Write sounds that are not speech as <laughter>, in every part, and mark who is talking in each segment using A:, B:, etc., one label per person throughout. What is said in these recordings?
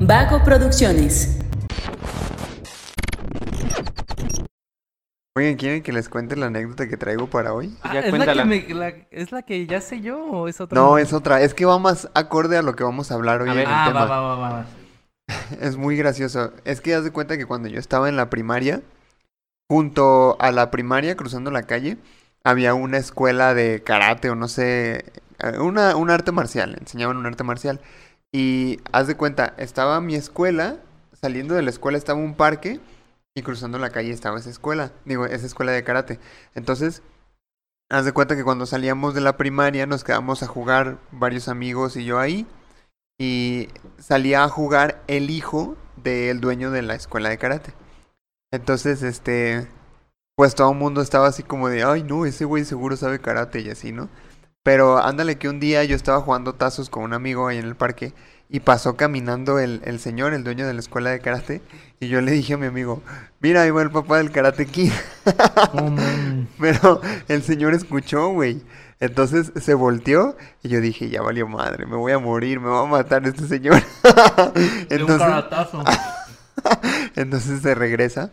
A: Vago Producciones.
B: Oigan, ¿quieren que les cuente la anécdota que traigo para hoy?
C: Ah,
D: Pues Ya
C: ¿es, la que
D: cuéntala.
C: me- la- ¿Es la que ya sé yo o es otra?
B: No, es otra. Es que va más acorde a lo que vamos a hablar hoy
D: A
B: en
D: ver.
B: el
C: Ah,
B: tema.
C: va, va, va, va, va.
B: <laughs> Es muy gracioso. Es que haz de cuenta que cuando yo estaba en la primaria, junto a la primaria, cruzando la calle, había una escuela de karate o no sé, eh, una, un arte marcial, enseñaban un arte marcial. Y haz de cuenta, estaba mi escuela, saliendo de la escuela estaba un parque y cruzando la calle estaba esa escuela, digo, esa escuela de karate. Entonces, haz de cuenta que cuando salíamos de la primaria nos quedamos a jugar varios amigos y yo ahí. Y salía a jugar el hijo del dueño de la escuela de karate. Entonces, este, pues todo el mundo estaba así como de, ay, no, ese güey seguro sabe karate y así, ¿no? Pero ándale que un día yo estaba jugando tazos con un amigo ahí en el parque y pasó caminando el, el señor, el dueño de la escuela de karate, y yo le dije a mi amigo, mira, ahí va el papá del karate kid.
C: No, man.
B: Pero el señor escuchó, güey. Entonces se volteó y yo dije, ya valió madre, me voy a morir, me va a matar este señor. <laughs>
C: De un
B: Entonces, <laughs>
C: caratazo.
B: entonces se regresa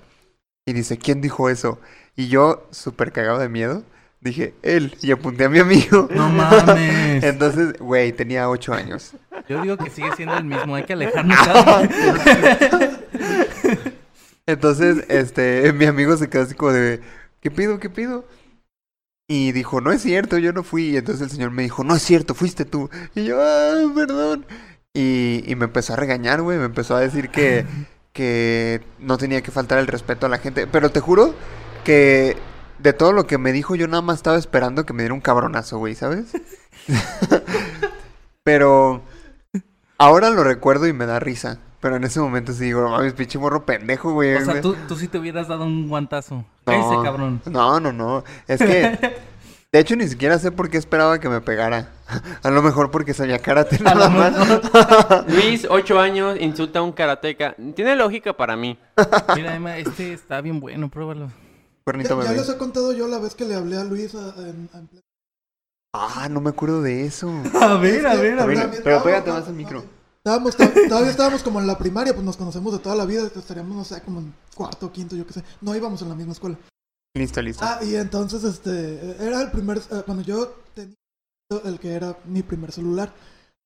B: y dice, ¿quién dijo eso? Y yo, súper cagado de miedo, dije, él, y apunté a mi amigo. <laughs>
C: No mames.
B: Entonces, güey, tenía ocho años.
C: Yo digo que sigue siendo el mismo, hay que alejarnos. cada-
B: <laughs> Entonces, este, mi amigo se quedó así como de, ¿qué pido? ¿Qué pido? Y dijo, no es cierto, yo no fui. Y entonces el señor me dijo, no es cierto, fuiste tú. Y yo, ah, perdón. Y, y me empezó a regañar, güey, me empezó a decir que, que no tenía que faltar el respeto a la gente. Pero te juro que de todo lo que me dijo, yo nada más estaba esperando que me diera un cabronazo, güey, ¿sabes? <laughs> Pero ahora lo recuerdo y me da risa. Pero en ese momento sí digo, "No mames, pinche morro pendejo, güey.
C: O sea,
B: Me-
C: tú, tú sí te hubieras dado un guantazo.
B: no,
C: Ese cabrón.
B: <laughs> No, no, no. Es que, de hecho, ni siquiera sé por qué esperaba que me pegara. <laughs> A lo mejor porque sabía karate <laughs>
C: A
B: nada
C: lo
B: más.
C: mejor.
D: Luis, 8 años, insulta a un karateca. Tiene lógica para mí.
C: Mira, Emma, este está bien bueno, pruébalo.
B: Cuernito
E: Ya, ya
B: bebé.
E: les he contado yo la vez que le hablé a Luis a- a- en- en-
B: Ah, no me acuerdo de eso.
C: A ver, a ver,
B: A ver,
E: También-
B: pero
E: no,
B: pégate
E: no,
B: más al
E: no,
B: micro.
E: Estábamos, to- todavía estábamos como en la primaria, pues nos conocemos de toda la vida, estaríamos, no sé, como en cuarto, quinto, yo qué sé. No íbamos en la misma escuela.
B: Listo, listo.
E: Ah, y entonces, este, era el primer, eh, cuando yo tenía el que era mi primer celular.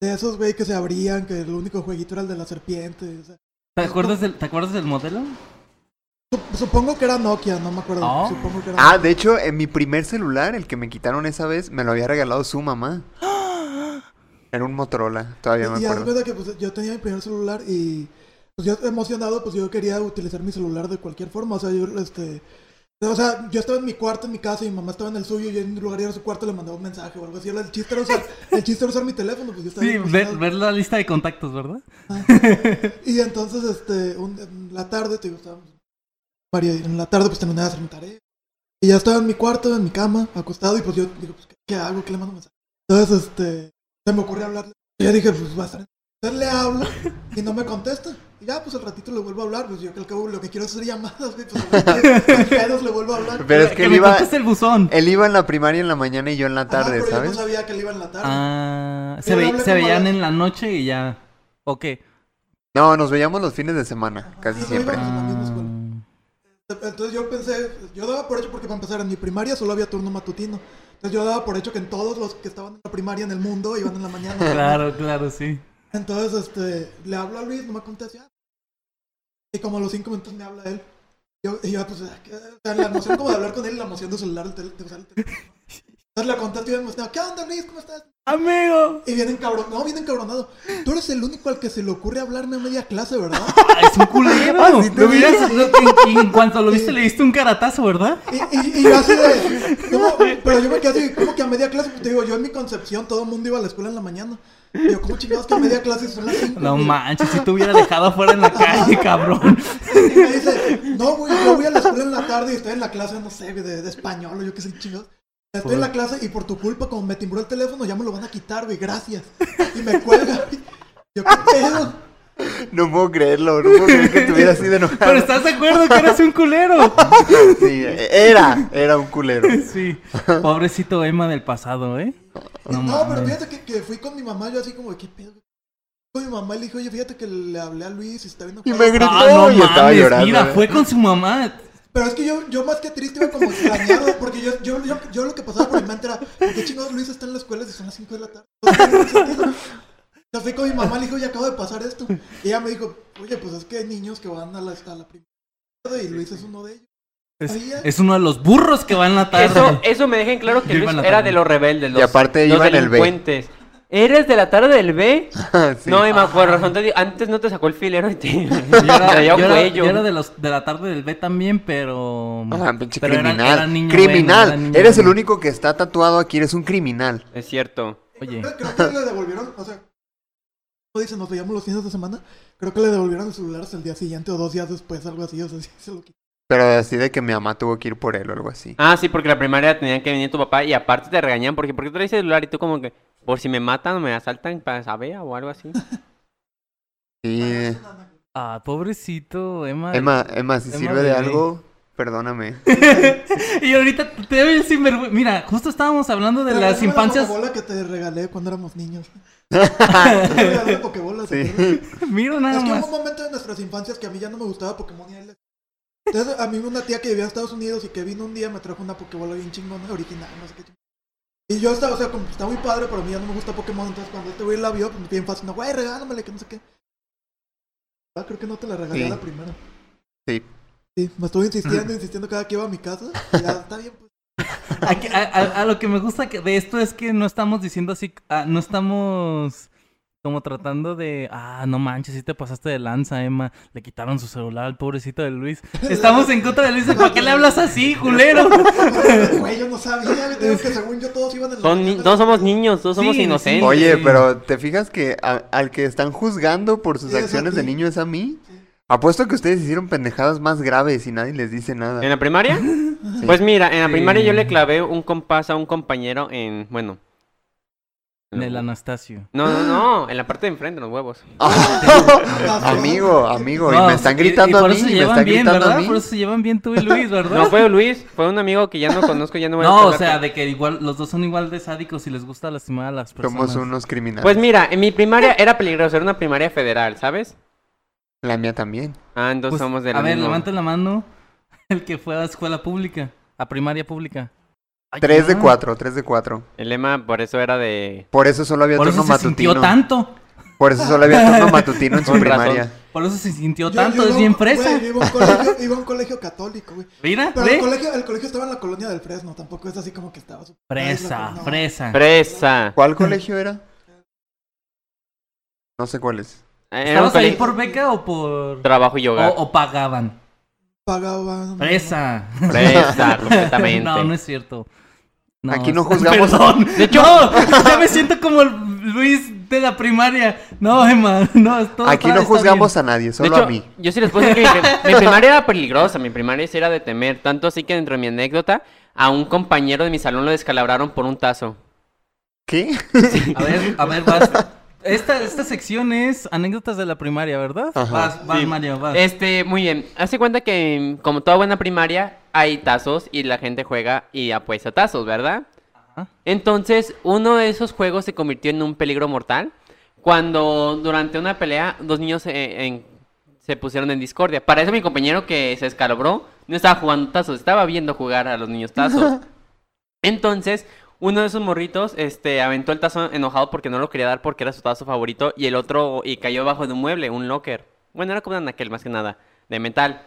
E: De esos, güey, que se abrían, que el único jueguito era el de la serpiente. o sea,
C: ¿Te acuerdas del, ¿te acuerdas del modelo?
E: sup- supongo que era Nokia, no me acuerdo.
C: Oh.
E: Supongo que era
B: Ah, de hecho, en mi primer celular, el que me quitaron esa vez, me lo había regalado su mamá. Era un Motorola, todavía
E: Y
B: me
E: haz de
B: acuerdo.
E: cuenta que pues, yo tenía mi primer celular y pues yo emocionado, pues yo quería utilizar mi celular de cualquier forma. O sea, yo este. O sea, yo estaba en mi cuarto, en mi casa, y mi mamá estaba en el suyo, y yo en lugar de ir a su cuarto le mandaba un mensaje o algo así. El chiste era usar, el chiste era usar mi teléfono, pues yo estaba
C: Sí,
E: bien
C: ver,
E: emocionado.
C: ver la lista de contactos, ¿verdad?
E: Y entonces, este, un- en la tarde, te digo, estábamos María, en la tarde pues terminé de hacer mi tarea. Y ya estaba en mi cuarto, en mi cama, acostado, y pues yo digo, pues, ¿qué, qué hago? ¿Qué le mando mensaje? Entonces, este, se me ocurrió hablarle. Y yo dije, pues va a estar. Entonces le hablo y no me contesta. Y ya, pues al ratito le vuelvo a hablar, pues yo creo que lo que quiero es hacer llamadas, güey, pues con pedos le vuelvo a hablar.
B: Pero es que él
C: me
B: iba, Eh,
C: conteste el buzón.
B: él iba en la primaria en la mañana y yo en la
E: Ajá,
B: tarde,
E: Ah, pero yo no
B: ¿sabes?
E: sabía que le iba en la tarde.
C: Ah,
E: Yo
C: se,
E: le
C: ve-
E: hablé
C: se
E: como a
C: veían
E: las-
C: en la noche y ya. Ok.
B: No, nos veíamos los fines de semana, casi
E: Sí, no
B: siempre.
E: íbamos a la misma escuela.
C: Ah.
E: Entonces yo pensé, yo daba por hecho porque para empezar en mi primaria solo había turno matutino. Entonces yo daba por hecho que todos los que estaban en la primaria en el mundo iban en la mañana.
C: Claro, claro, sí.
E: Entonces este, le hablo a Luis, no me contesta. Y como a los cinco minutos me habla él. Yo, y yo pues, ah, ¿qué? O sea, la emoción como de hablar con él, la emoción de celular, de, de usar el teléfono. Entonces le contesto y yo emocionado, ¿qué onda Luis? ¿Cómo estás?
C: Amigo.
E: Y viene encabronado, no, viene encabronado. Tú eres el único al que se le ocurre hablarme a media clase, ¿verdad?
C: Es un
B: <laughs>
C: culero.
B: Ah,
C: Lo hubieras- lo- en, en cuanto lo viste le diste un caratazo, ¿verdad?
E: Y, y, y yo así de. ¿cómo? Pero yo me quedé así, como que a media clase, pues, te digo, yo en mi concepción todo el mundo iba a la escuela en la mañana. Y yo, ¿cómo chingados que a media clase son las 5?
C: No manches, si te hubiera dejado afuera en la calle, cabrón.
E: Y me dice, no, güey, yo voy a la escuela en la tarde y estoy en la clase, no sé, de, de español o yo qué sé, chingados. Estoy en la clase y por tu culpa, como me timbró el teléfono, ya me lo van a quitar, güey, gracias. Y me cuelga, güey. Yo, ¿qué pedo?
B: No puedo creerlo, no puedo creer que estuviera
C: <laughs>
B: así de enojado.
C: Pero estás de acuerdo que eres
B: <laughs>
C: un culero.
B: Sí, era, era un culero.
C: <laughs> Sí. Pobrecito Emma del pasado, ¿eh?
E: No, pero
C: mames.
E: fíjate que, que fui con mi mamá, yo así como, ¿qué pedo? con mi mamá y le dije, oye, fíjate que le hablé a Luis y está viendo
B: Y me
E: juegos".
B: gritó
C: Ah, no
B: y estaba
C: mames,
B: llorando. ¿eh?
C: mira,
B: güey.
C: fue con su mamá.
E: Pero es que yo, yo más que triste iba como extrañado, porque yo, yo, yo, yo lo que pasaba por mi mente era, ¿por qué chingados Luis está en la escuela si son las 5 de la tarde? No tiene sentido. Yo fui con mi mamá, le dije, oye, acabo de pasar esto. Y ella me dijo, oye, pues es que hay niños que van a la, a la primera tarde y Luis es uno de ellos.
C: Es,
E: Sabía.
C: es uno de los burros que va en la tarde.
D: Eso, eso me deja en claro que
C: Yo
D: Luis
C: iba en la
D: era
C: tarde.
D: de los rebeldes, los,
B: Y aparte
D: los
B: iba en el B.
D: delincuentes. ¿Eres de la tarde del B?
B: <laughs> Sí.
D: No, y me acuerdo, razón te digo, antes no te sacó el filero y te,
C: Yo era,
D: <laughs> te dio
C: yo era-
D: cuello.
C: yo era de, los, de la tarde del B también, pero.
B: Ah, pinche
C: pero era-
B: criminal.
C: era niño
B: criminal.
C: bueno, era niño
B: Eres el
C: bueno.
B: único que está tatuado aquí, eres un criminal.
D: Es cierto.
C: Oye,
E: Creo, creo que le devolvieron, o sea, como dicen, nos veíamos los fines de semana, creo que le devolvieron el celular hasta el día siguiente o dos días después, algo así, o sea, <laughs> sí se lo quitaron.
B: Pero así de que mi mamá tuvo que ir por él o algo así.
D: Ah, sí, porque la primaria tenían que venir tu papá y aparte te regañan porque ¿por qué traes celular y tú como que por si me matan o me asaltan para saber o algo así?
B: Sí.
C: ah, pobrecito, Emma.
B: Emma, Emma, si
C: Emma
B: sirve de
C: bebé.
B: algo, perdóname.
C: Y ahorita te veo sinvergüenza. Mira, justo estábamos hablando de
E: Pero
C: las
E: es una
C: infancias.
E: pokebola que te regalé cuando
C: <laughs>
E: éramos niños. Te regalé una pokebola, ¿te
B: Sí.
E: acuerdas?
C: Mira nada
E: Es que hubo
C: más.
E: un momento de nuestras infancias que a mí ya no me gustaba Pokémon y a él le- Entonces, a mí una tía que vivía en Estados Unidos y que vino un día me trajo una Pokébola bien chingona, original, no sé qué chingón. Y yo estaba, o sea, como está muy padre, pero a mí ya no me gusta Pokémon, entonces cuando este güey la vio, pues bien fácil, no, güey, regálamela, que no sé qué. Ah, creo que no te la regalé a
B: Sí.
E: la primera.
B: Sí.
E: Sí, me estuve insistiendo, insistiendo cada que iba a mi casa. y Ya está bien, pues.
C: <laughs> Aquí- ah. a, a- a lo que me gusta que- de esto es que no estamos diciendo así. ah, no estamos como tratando de. Ah, no manches, sí te pasaste de lanza, Emma. Le quitaron su celular al pobrecito de Luis. Estamos en contra de Luis. ¿Para qué le hablas así, culero?
E: <laughs>
B: <laughs>
E: Güey, yo no sabía, güey, te digo que según yo todos iban en la
D: Son ni-
E: mañana.
D: todos somos niños, todos somos
C: Sí, sí.
D: inocentes.
B: Oye,
C: Sí.
B: pero ¿te fijas que a- al que están juzgando por sus
E: Sí, es a
B: acciones de
E: ti.
B: niño es a mí?
E: Sí.
B: Apuesto que ustedes hicieron pendejadas más graves y nadie les dice nada.
D: ¿En la primaria?
C: <laughs>
D: Pues mira, en la
C: Sí.
D: primaria yo le clavé un compás a un compañero en, bueno.
C: En el Anastasio.
D: No, no,
C: <gasps>
D: no, en la parte de enfrente, los huevos.
B: <laughs> Amigo, amigo, y
C: No,
B: me están
C: y- y
B: gritando a
C: por
B: mí,
C: eso se
B: y me
C: llevan
B: están
C: bien,
B: gritando a
C: ¿verdad?
B: mí. pues,
C: Por eso se llevan bien tú
B: <laughs>
C: y Luis, ¿verdad?
D: No
C: <laughs>
D: fue Luis, fue un amigo que ya no conozco, ya no voy a
C: No, o
D: hablar
C: sea,
D: con-
C: de que igual los dos son igual de sádicos y les gusta lastimar a las personas.
B: Somos unos criminales.
D: Pues mira, en
C: <laughs>
D: mi primaria era peligroso, era una primaria federal, ¿sabes?
B: La mía también.
D: Ah, entonces
C: Pues,
D: somos de la
C: A ver,
D: misma-
C: levanta la mano <laughs> el que fue a escuela pública, a primaria pública. Ay,
B: Tres de
C: no.
B: cuatro, tres de cuatro.
D: El lema por eso era de...
B: Por eso solo había
C: Por
B: turno
C: eso se sintió
B: matutino.
C: tanto.
B: Por eso solo había turno matutino
C: <laughs>
B: en su
D: Con razón.
B: primaria.
C: Por eso se sintió
E: Yo-
C: tanto.
E: yo
C: es
E: iba-
C: bien
E: güey,
C: fresa.
E: yo iba a un colegio- iba a un colegio católico, güey.
C: Mira,
E: Pero
C: ve.
E: el colegio, el colegio estaba en la colonia del Fresno, tampoco es así como que estaba su...
C: Fresa,
E: No.
C: fresa.
D: Presa.
B: ¿Cuál colegio era? No sé cuál es.
D: Eh, Era un
C: ¿Estabas ahí
D: colegio...
C: por beca o por. Oh,
D: Trabajo y
C: O,
D: hogar.
C: o pagaban?
E: Pagaban...
C: Fresa.
D: Presa, completamente.
C: oh. <laughs> No, no es cierto.
B: Aquí no
C: <laughs> está-
B: juzgamos.
C: Perdón. De hecho, ya me siento como el Luis de la primaria. No, Emma, no, es todo
B: Aquí
C: está-
B: no
C: está
B: juzgamos
C: bien.
B: a nadie,
D: De
B: solo
D: hecho,
B: a mí.
D: yo sí les puedo decir que mi,
B: <laughs>
D: prim- mi primaria era peligrosa, mi primaria sí era de temer, tanto así que dentro de mi anécdota, a un compañero de mi salón lo descalabraron por un tazo.
B: ¿Qué? <laughs>
C: A ver, a ver, vas. Esta, esta sección es anécdotas de la primaria, ¿verdad?
B: Ajá.
C: Vas, vas,
D: Sí.
C: Mario,
B: Ah.
C: vas.
D: Este, muy bien, hace cuenta que mm, como toda buena primaria, hay tazos y la gente juega y apuesta tazos, ¿verdad?
C: Ajá.
D: Entonces, uno de esos juegos se convirtió en un peligro mortal cuando durante una pelea dos niños eh, en- se pusieron en discordia. Para eso mi compañero que se escalabró no estaba jugando tazos, estaba viendo jugar a los niños
B: <laughs>
D: tazos. Entonces, uno de esos morritos este, aventó el tazo enojado porque no lo quería dar porque era su tazo favorito y el otro y cayó bajo de un mueble, un locker. Bueno, era como un anaquel más que nada, de metal.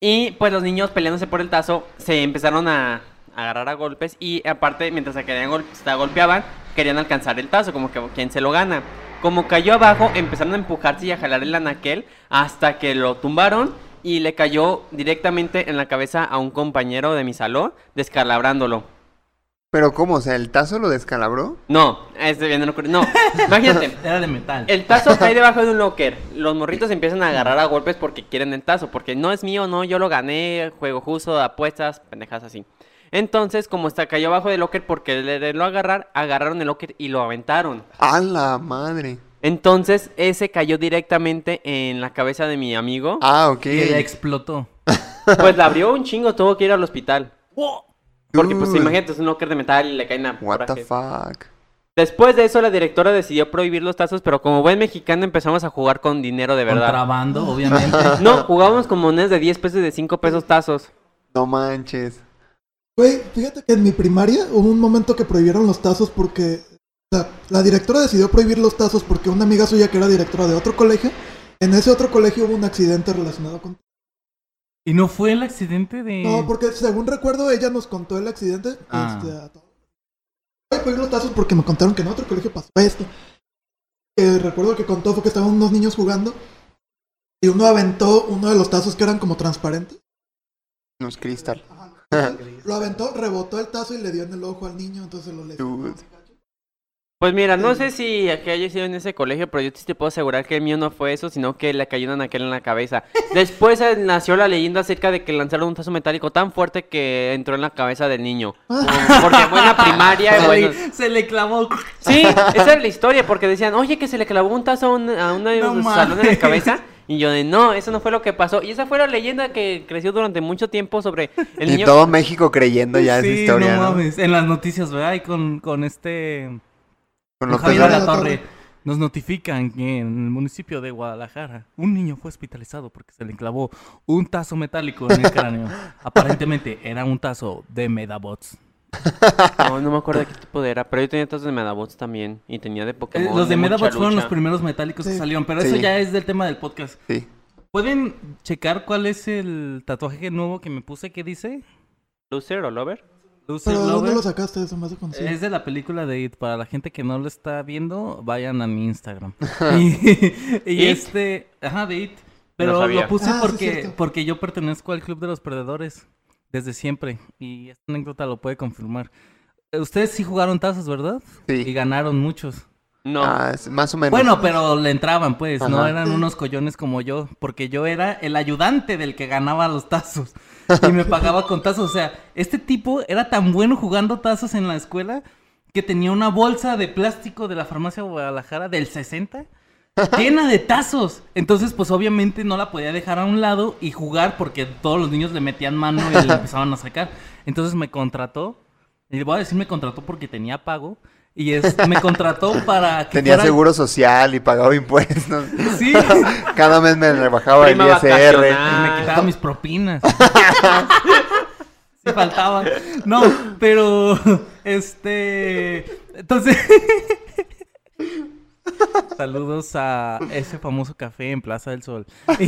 D: Y pues los niños peleándose por el tazo se empezaron a a agarrar a golpes y aparte mientras se, querían gol- se golpeaban querían alcanzar el tazo, como que quien se lo gana. Como cayó abajo empezaron a empujarse y a jalar el anaquel hasta que lo tumbaron y le cayó directamente en la cabeza a un compañero de mi salón descalabrándolo.
B: ¿Pero cómo? O sea, ¿el tazo lo descalabró?
D: No, este bien no lo ocurre- No, imagínate.
C: Era de metal.
D: El tazo cae debajo de un locker. Los morritos empiezan a agarrar a golpes porque quieren el tazo. Porque no es mío, no, yo lo gané. Juego justo, apuestas, pendejas así. Entonces, como está cayó abajo del locker por quererlo agarrar, agarraron el locker y lo aventaron.
B: ¡A la madre!
D: Entonces, ese cayó directamente en la cabeza de mi amigo.
B: Ah, ok.
C: Y ella explotó.
D: Pues la abrió un chingo, tuvo que ir al hospital. Porque, pues,
B: Dude,
D: imagínate, es un locker de metal y le caen a.
B: What the
D: coraje.
B: fuck.
D: Después de eso, la directora decidió prohibir los tazos, pero como buen mexicano empezamos a jugar con dinero de verdad.
C: Contrabando, obviamente.
D: <laughs> No, jugábamos con monedas de 10 pesos y de 5 pesos tazos.
B: No manches.
E: Güey, fíjate que en mi primaria hubo un momento que prohibieron los tazos porque. o sea, la directora decidió prohibir los tazos porque una amiga suya que era directora de otro colegio. En ese otro colegio hubo un accidente relacionado con.
C: ¿Y no fue el accidente de...?
E: No, porque según recuerdo, ella nos contó el accidente.
C: Ah.
E: Este, a todos. Voy a prohibir los tazos porque me contaron que en otro colegio pasó esto. Eh, recuerdo que contó fue que estaban unos niños jugando. Y uno aventó uno de los tazos que eran como transparentes.
B: Los
C: <laughs>
B: cristal.
E: Ajá. Lo aventó, rebotó el tazo y le dio en el ojo al niño, entonces lo lesionó.
B: Dude.
D: Pues mira, no sé si aquí haya sido en ese colegio, pero yo sí te puedo asegurar que el mío no fue eso, sino que le cayeron a aquel en la cabeza. Después eh, nació la leyenda acerca de que lanzaron un tazo metálico tan fuerte que entró en la cabeza del niño. Porque fue en la primaria,
C: Se
D: bueno.
C: le, se le clavó. <laughs>
D: Sí, esa era la historia, porque decían, oye, que se le clavó un tazo a, un- a uno de
C: No
D: los
C: mames.
D: salones en
C: <laughs>
D: la cabeza. Y yo de, no, eso no fue lo que pasó. Y esa fue la leyenda que creció durante mucho tiempo sobre
C: <laughs>
B: <laughs>
D: el
B: Y
D: niño.
B: todo México creyendo ya
C: sí,
B: esa historia,
C: no
B: ¿no?
C: mames. En las noticias, ¿verdad? Y con, con este...
B: Con
C: con
B: los
C: Javier de
B: pesares.
C: la Torre. Nos notifican que en el municipio de Guadalajara un niño fue hospitalizado porque se le clavó un tazo metálico en el cráneo. Aparentemente era un tazo de Medabots.
D: No, no me acuerdo de qué tipo de era, pero yo tenía tazos de Medabots también. Y tenía de
C: Eh,
D: Pokémon.
C: los de
D: Mucha
C: Medabots fueron los
D: lucha.
C: primeros metálicos que
E: Sí.
C: salieron, pero
B: Sí.
C: eso ya es del tema del podcast.
B: Sí.
C: ¿Pueden checar cuál es el tatuaje nuevo que me puse que dice?
D: ¿Loser o Lover?
C: Loser
E: Pero ¿de dónde
C: Lover.
E: lo sacaste? Eso me hace Eh, conseguir.
C: Es de la película de It. Para la gente que no lo está viendo, vayan a
D: <laughs>
C: mi Instagram. y, y
D: ¿It?
C: este, ajá, de It.
D: No
C: Pero
D: sabía.
C: lo puse
E: Ah, sí,
C: porque,
E: cierto.
C: porque yo pertenezco al Club de los Perdedores desde siempre. Y esta anécdota lo puede confirmar. Eh, Ustedes sí jugaron tazos, ¿verdad?
B: Sí.
C: Y ganaron muchos.
D: No.
B: Ah, es- más o menos.
C: Bueno, pero le entraban, pues, no
B: Ajá.
C: eran unos collones como yo, porque yo era el ayudante del que ganaba los tazos <laughs> y me pagaba con tazos. O sea, este tipo era tan bueno jugando tazos en la escuela que tenía una bolsa de plástico de la farmacia Guadalajara
B: <laughs>
C: del 60 llena de tazos. Entonces, pues obviamente no la podía dejar a un lado y jugar porque todos los niños le metían mano
B: <laughs>
C: y le empezaban a sacar. Entonces me contrató, y le voy a decir me contrató porque tenía pago. Y es, me contrató para
B: <laughs>
C: que
B: Tenía
C: fuera-
B: seguro social y pagaba impuestos. <laughs>
C: Sí,
B: Cada mes me rebajaba el
D: Prima
B: ISR.
D: vacacional.
C: me quitaba mis propinas. Si faltaba. No, pero este entonces Saludos a ese famoso café en Plaza del Sol. Y,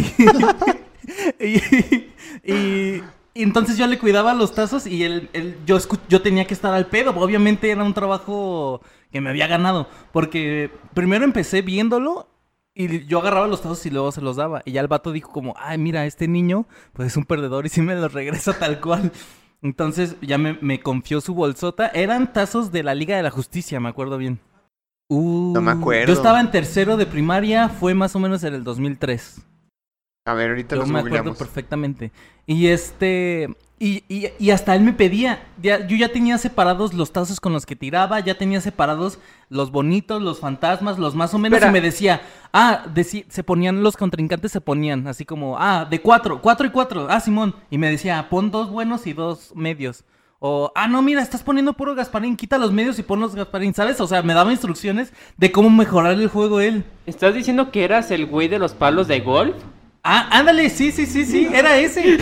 C: y- y- y entonces yo le cuidaba los tazos y él, él- yo, escu- yo tenía que estar al pedo. Obviamente era un trabajo que me había ganado. Porque primero empecé viéndolo y yo agarraba los tazos y luego se los daba. Y ya el vato dijo como, ay, mira, este niño pues es un perdedor y sí me los regresa tal cual. Entonces ya me, me confió su bolsota. Eran tazos de la Liga de la Justicia, me acuerdo bien. Uh,
B: No me acuerdo.
C: Yo estaba en tercero de primaria, fue más o menos en el 2003.
B: A ver, ahorita
C: Yo
B: los
C: me acuerdo
B: googleamos.
C: perfectamente. Y este. Y, y- y hasta él me pedía. Ya- yo ya tenía separados los tazos con los que tiraba, ya tenía separados los bonitos, los fantasmas, los más o menos.
D: Espera.
C: Y me decía, ah, deci- se ponían los contrincantes, se ponían así como, ah, de cuatro, cuatro y cuatro. Ah, Simón. Y me decía, pon dos buenos y dos medios. O, ah, no, mira, estás poniendo puro Gasparín, quita los medios y pon los Gasparín, ¿sabes? O sea, me daba instrucciones de cómo mejorar el juego él.
D: ¿Estás diciendo que eras el güey de los palos de golf?
C: Ah, ándale, sí, sí, sí, sí, era ese.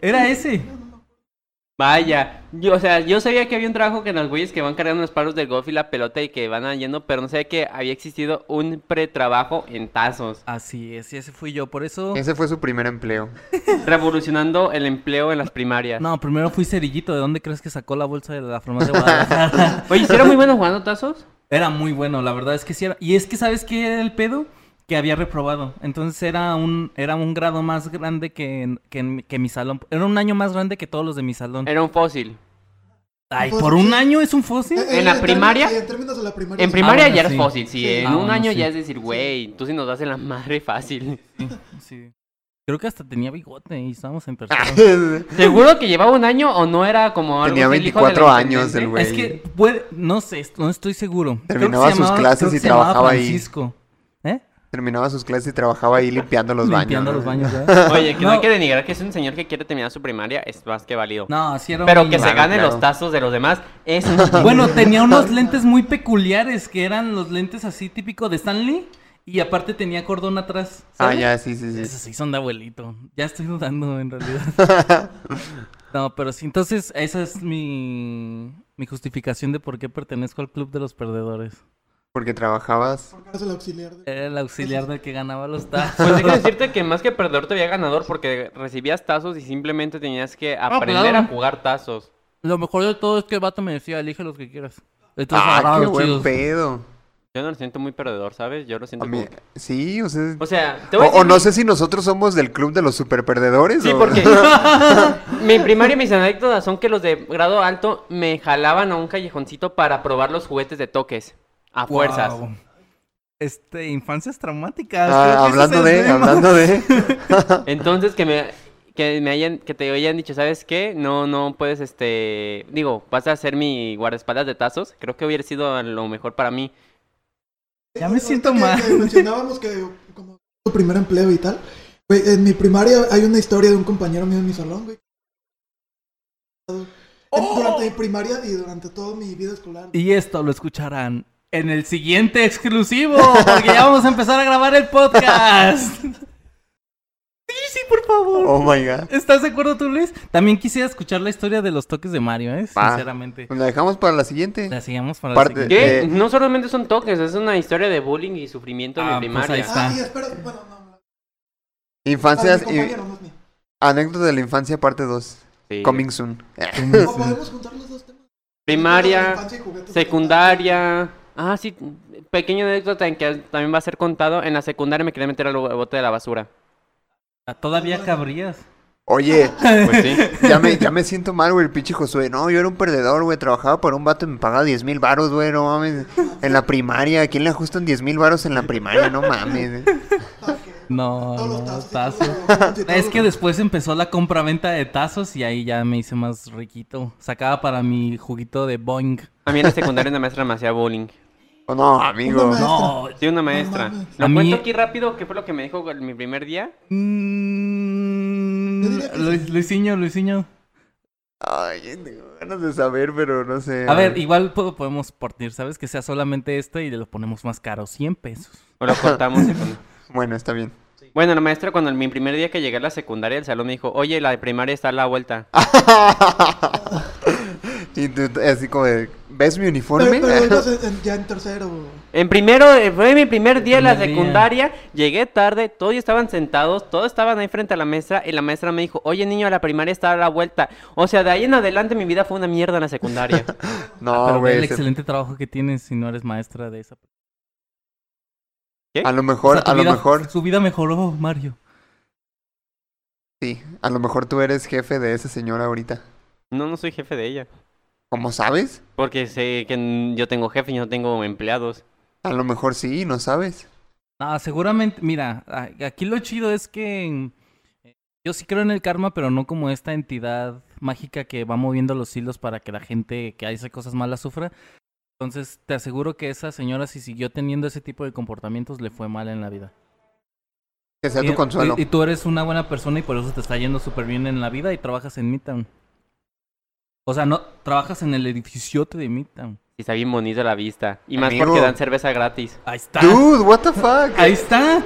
C: Era ese.
D: Vaya, yo, o sea, yo sabía que había un trabajo que los güeyes que van cargando los palos del golf y la pelota y que van yendo, pero no sabía que había existido un pretrabajo en tazos,
C: Así es, y ese fui yo, por eso...
B: Ese fue su primer empleo.
C: <laughs>
B: <laughs>
D: revolucionando el empleo en las primarias.
C: No, primero fui cerillito, ¿de dónde crees que sacó la bolsa de la farmacia de Guadalajara?
D: Oye, ¿sí era muy bueno jugando tazos?
C: era muy bueno, la verdad es que sí era... Y es que, ¿sabes qué era el pedo? Que había reprobado, entonces era un, era un grado más grande que, en- que, en mi- que mi salón, era un año más grande que todos los de mi salón.
D: Era un fósil.
C: Ay, ¿por un año es un fósil?
E: Eh, eh,
D: ¿En la
E: términos-
D: primaria?
E: sí, en términos de la primaria.
D: En
E: sí.
D: primaria
C: Ah, bueno,
D: ya eres
C: sí.
D: fósil, sí.
E: Sí.
D: En
C: Ah,
D: un
C: bueno,
D: año
C: sí.
D: ya es decir, güey, tú sí nos das en la madre fácil.
C: Sí. Creo que hasta tenía bigote y estábamos en persona.
B: Tenía
D: ¿Seguro que llevaba un año o no era como algo así, el hijo del
B: 24 años el
D: intendente?
B: güey.
C: Es que puede, no sé, est- no estoy seguro. Creo que
B: Terminaba
C: se
B: sus clases
C: creo que
B: y
C: se llamaba
B: trabajaba ahí.
C: Francisco. ¿Eh?
B: terminaba sus clases y trabajaba ahí limpiando los baños.
C: limpiando
B: ¿no?
C: los baños, ¿verdad?
D: <laughs> Oye, que no. hay
C: No.
D: que denigrar que es un señor que quiere terminar su primaria, es más que válido.
C: No, sí era un
D: Pero
C: niño.
D: que se
B: Claro,
D: gane
B: claro.
D: los tazos de los demás es
C: <laughs>
D: un-
B: <laughs>
C: Bueno, tenía unos lentes muy peculiares que eran los lentes así típico de Stanley y aparte tenía cordón atrás.
B: Ah,
C: ¿sabes?
B: ya, sí, sí, sí.
C: Esos sí son de abuelito. Ya estoy dudando en realidad.
B: <laughs>
C: no, pero sí, entonces esa es mi, mi justificación de por qué pertenezco al club de los perdedores.
B: Porque trabajabas.
E: Porque eres el auxiliar de...
C: Era el auxiliar del que ganaba los
D: <laughs>
C: tazos.
D: Pues hay que decirte que más que perdedor te había ganador porque recibías tazos y simplemente tenías que aprender
C: Ah, claro.
D: a jugar tazos.
C: Lo mejor de todo es que el vato me decía, elige los que quieras. Entonces
B: Ah,
C: agarraba
B: qué
C: los
B: buen
C: chidos.
B: pedo.
D: Yo no lo siento muy perdedor, ¿sabes? Yo lo siento
B: A mí-
D: como-
B: sí, o sea.
D: O sea, te
B: O,
D: voy a
B: o
D: decir
B: no
D: mi-
B: sé si nosotros somos del club de los superperdedores.
D: <laughs> Sí,
B: o-
D: porque mi primaria y mis anécdotas son que los de grado alto me jalaban a un callejoncito para probar los juguetes de toques.
B: <laughs>
D: A fuerzas.
C: Wow. Este, infancias traumáticas.
B: <laughs> Ah,
C: creo que ese
B: hablando
C: es el
B: de,
C: tema.
B: hablando de.
D: Entonces que me que me hayan que te hayan dicho, ¿sabes qué? No no puedes este, digo, vas a ser mi guardaespaldas de tazos. Creo que hubiera sido lo mejor para mí.
C: <laughs> Ya me
E: Ahorita
C: siento
E: que-
C: mal.
E: que mencionábamos que como tu primer empleo y tal. Güey, en mi primaria hay una historia de un compañero mío en mi salón, güey. En- Durante mi primaria y durante toda mi vida escolar.
C: ¡Oh! Y esto lo escucharán en el siguiente exclusivo, porque ya vamos a empezar a grabar
B: <laughs>
C: el podcast. Sí, sí, por favor.
B: Oh my god.
C: ¿Estás de acuerdo tú, Luis? También quisiera escuchar la historia de los toques de Mario, ¿eh?
B: Va.
C: Sinceramente.
B: Pues la dejamos para la siguiente.
C: La sigamos para
B: Parte-
C: la siguiente.
D: ¿Qué?
B: Eh,
D: no solamente son toques, es una historia de bullying y sufrimiento
C: Ah,
D: de
C: pues ahí
D: primaria.
C: está.
E: ah, y espera, bueno, no. Para
B: Infancias
E: mi
B: y
E: compañero, no es mío.
B: anécdotas de la infancia parte 2.
D: Sí.
B: Coming soon.
E: O podemos juntar los dos temas.
D: Primaria,
E: Infancia y juguetes.
D: secundaria. Ah, sí, pequeña anécdota en que también va a ser contado. En la secundaria me quería meter al bote de la basura.
C: <laughs> Ah, Todavía cabrías.
B: Oye,
D: Pues sí.
B: <laughs> ya me, ya me siento mal, güey, el pinche Josué. No, yo era un perdedor, güey. Trabajaba para un vato y me pagaba 10 mil baros, güey. No mames. En la primaria. ¿A quién le ajustan 10 mil baros en la primaria? No
C: <laughs>
B: mames.
C: No,
E: Todos los
C: no,
E: tazos. y
C: tazos.
E: todos los juguetes y todos
C: Es que
E: los-
C: después empezó la compra-venta de tazos y ahí ya me hice más riquito. Sacaba para mi juguito de Boing.
D: A mí en la secundaria una maestra me hacía bullying.
B: O no, amigo.
E: Una
C: No,
D: Sí, una maestra.
E: mames.
D: Lo
C: A mí-
D: cuento aquí rápido, que fue lo que me dijo en mi primer día.
C: Mm,
E: Yo diría que sí.
C: Luis- Luisinho, Luisinho.
B: Ay, tengo ganas de saber, pero no sé.
C: A ver, igual po- podemos partir, ¿sabes? Que sea solamente este y le lo ponemos más caro, 100 pesos.
D: O lo cortamos. y con-
B: Bueno, está bien. <laughs>
D: bueno, la maestra, cuando en mi primer día que llegué a la secundaria, el salón me dijo, oye, la de primaria está a la vuelta.
B: y tú, así como de, ¿ves mi
E: Pero,
B: uniforme?
E: pero ibas en- en- ya en tercero.
D: En primero, eh, fue mi primer día en la
C: primer día.
D: secundaria, llegué tarde, todos ya estaban sentados, todos estaban ahí frente a la maestra y la maestra me dijo, oye niño, la primaria está a la vuelta. O sea, de ahí en adelante mi vida fue una mierda en la secundaria.
B: <laughs> no,
C: Pero ve
B: Ah,
C: el
B: güey. se-
C: excelente trabajo que tienes si no eres maestra de esa.
B: A lo
C: O
B: mejor,
C: sea, tu
B: a lo
C: vida-
B: mejor,
C: Su vida mejoró, Mario.
B: sí. A lo mejor tú eres jefe de esa señora ahorita.
D: <laughs> no, no soy jefe de ella.
B: ¿Cómo sabes?
D: Porque sé que n- yo tengo jefe y no tengo empleados.
B: A lo mejor sí, no sabes.
C: Ah, seguramente, mira, a- aquí lo chido es que eh, yo sí creo en el karma, pero no como esta entidad mágica que va moviendo los hilos para que la gente que hace cosas malas sufra. Entonces, te aseguro que esa señora, si siguió teniendo ese tipo de comportamientos, le fue mal en la vida.
B: Que sea
C: Y-
B: tu consuelo.
C: Y, y tú eres una buena persona y por eso te está yendo súper bien en la vida y trabajas en Midtown. O sea, no, trabajas en el edificiote de Midtown.
D: Y está bien bonito la vista. Y más
B: Amigo.
D: porque dan cerveza gratis.
C: Ahí está.
B: Dude, what the
C: <laughs>
B: fuck?
C: Ahí está.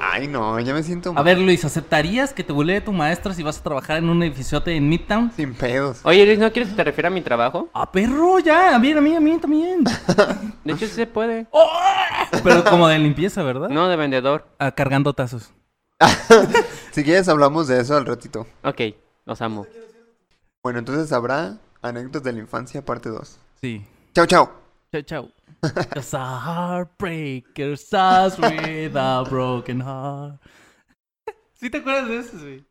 B: Ay, no, ya me siento
C: A ver, Luis, ¿aceptarías que te bulee tu maestra si vas a trabajar en un edificiote en Midtown?
B: sin pedos.
D: Oye Luis, ¿no quieres que te refiera a mi trabajo?
C: Ah, perro, ya. A mí, a mí, a mí <laughs> también.
D: De hecho sí se puede.
C: ¡Oh! Pero como de limpieza, ¿verdad?
D: No, de vendedor.
C: Ah, cargando tazos.
B: Si quieres hablamos de eso al ratito.
D: Ok, los amo.
B: Bueno, entonces habrá anécdotas de la infancia parte 2.
C: Sí.
B: Chao, chao.
C: Chao, chao. Cause a heartbreaker starts with a broken heart. <laughs> ¿Sí te acuerdas de eso, güey?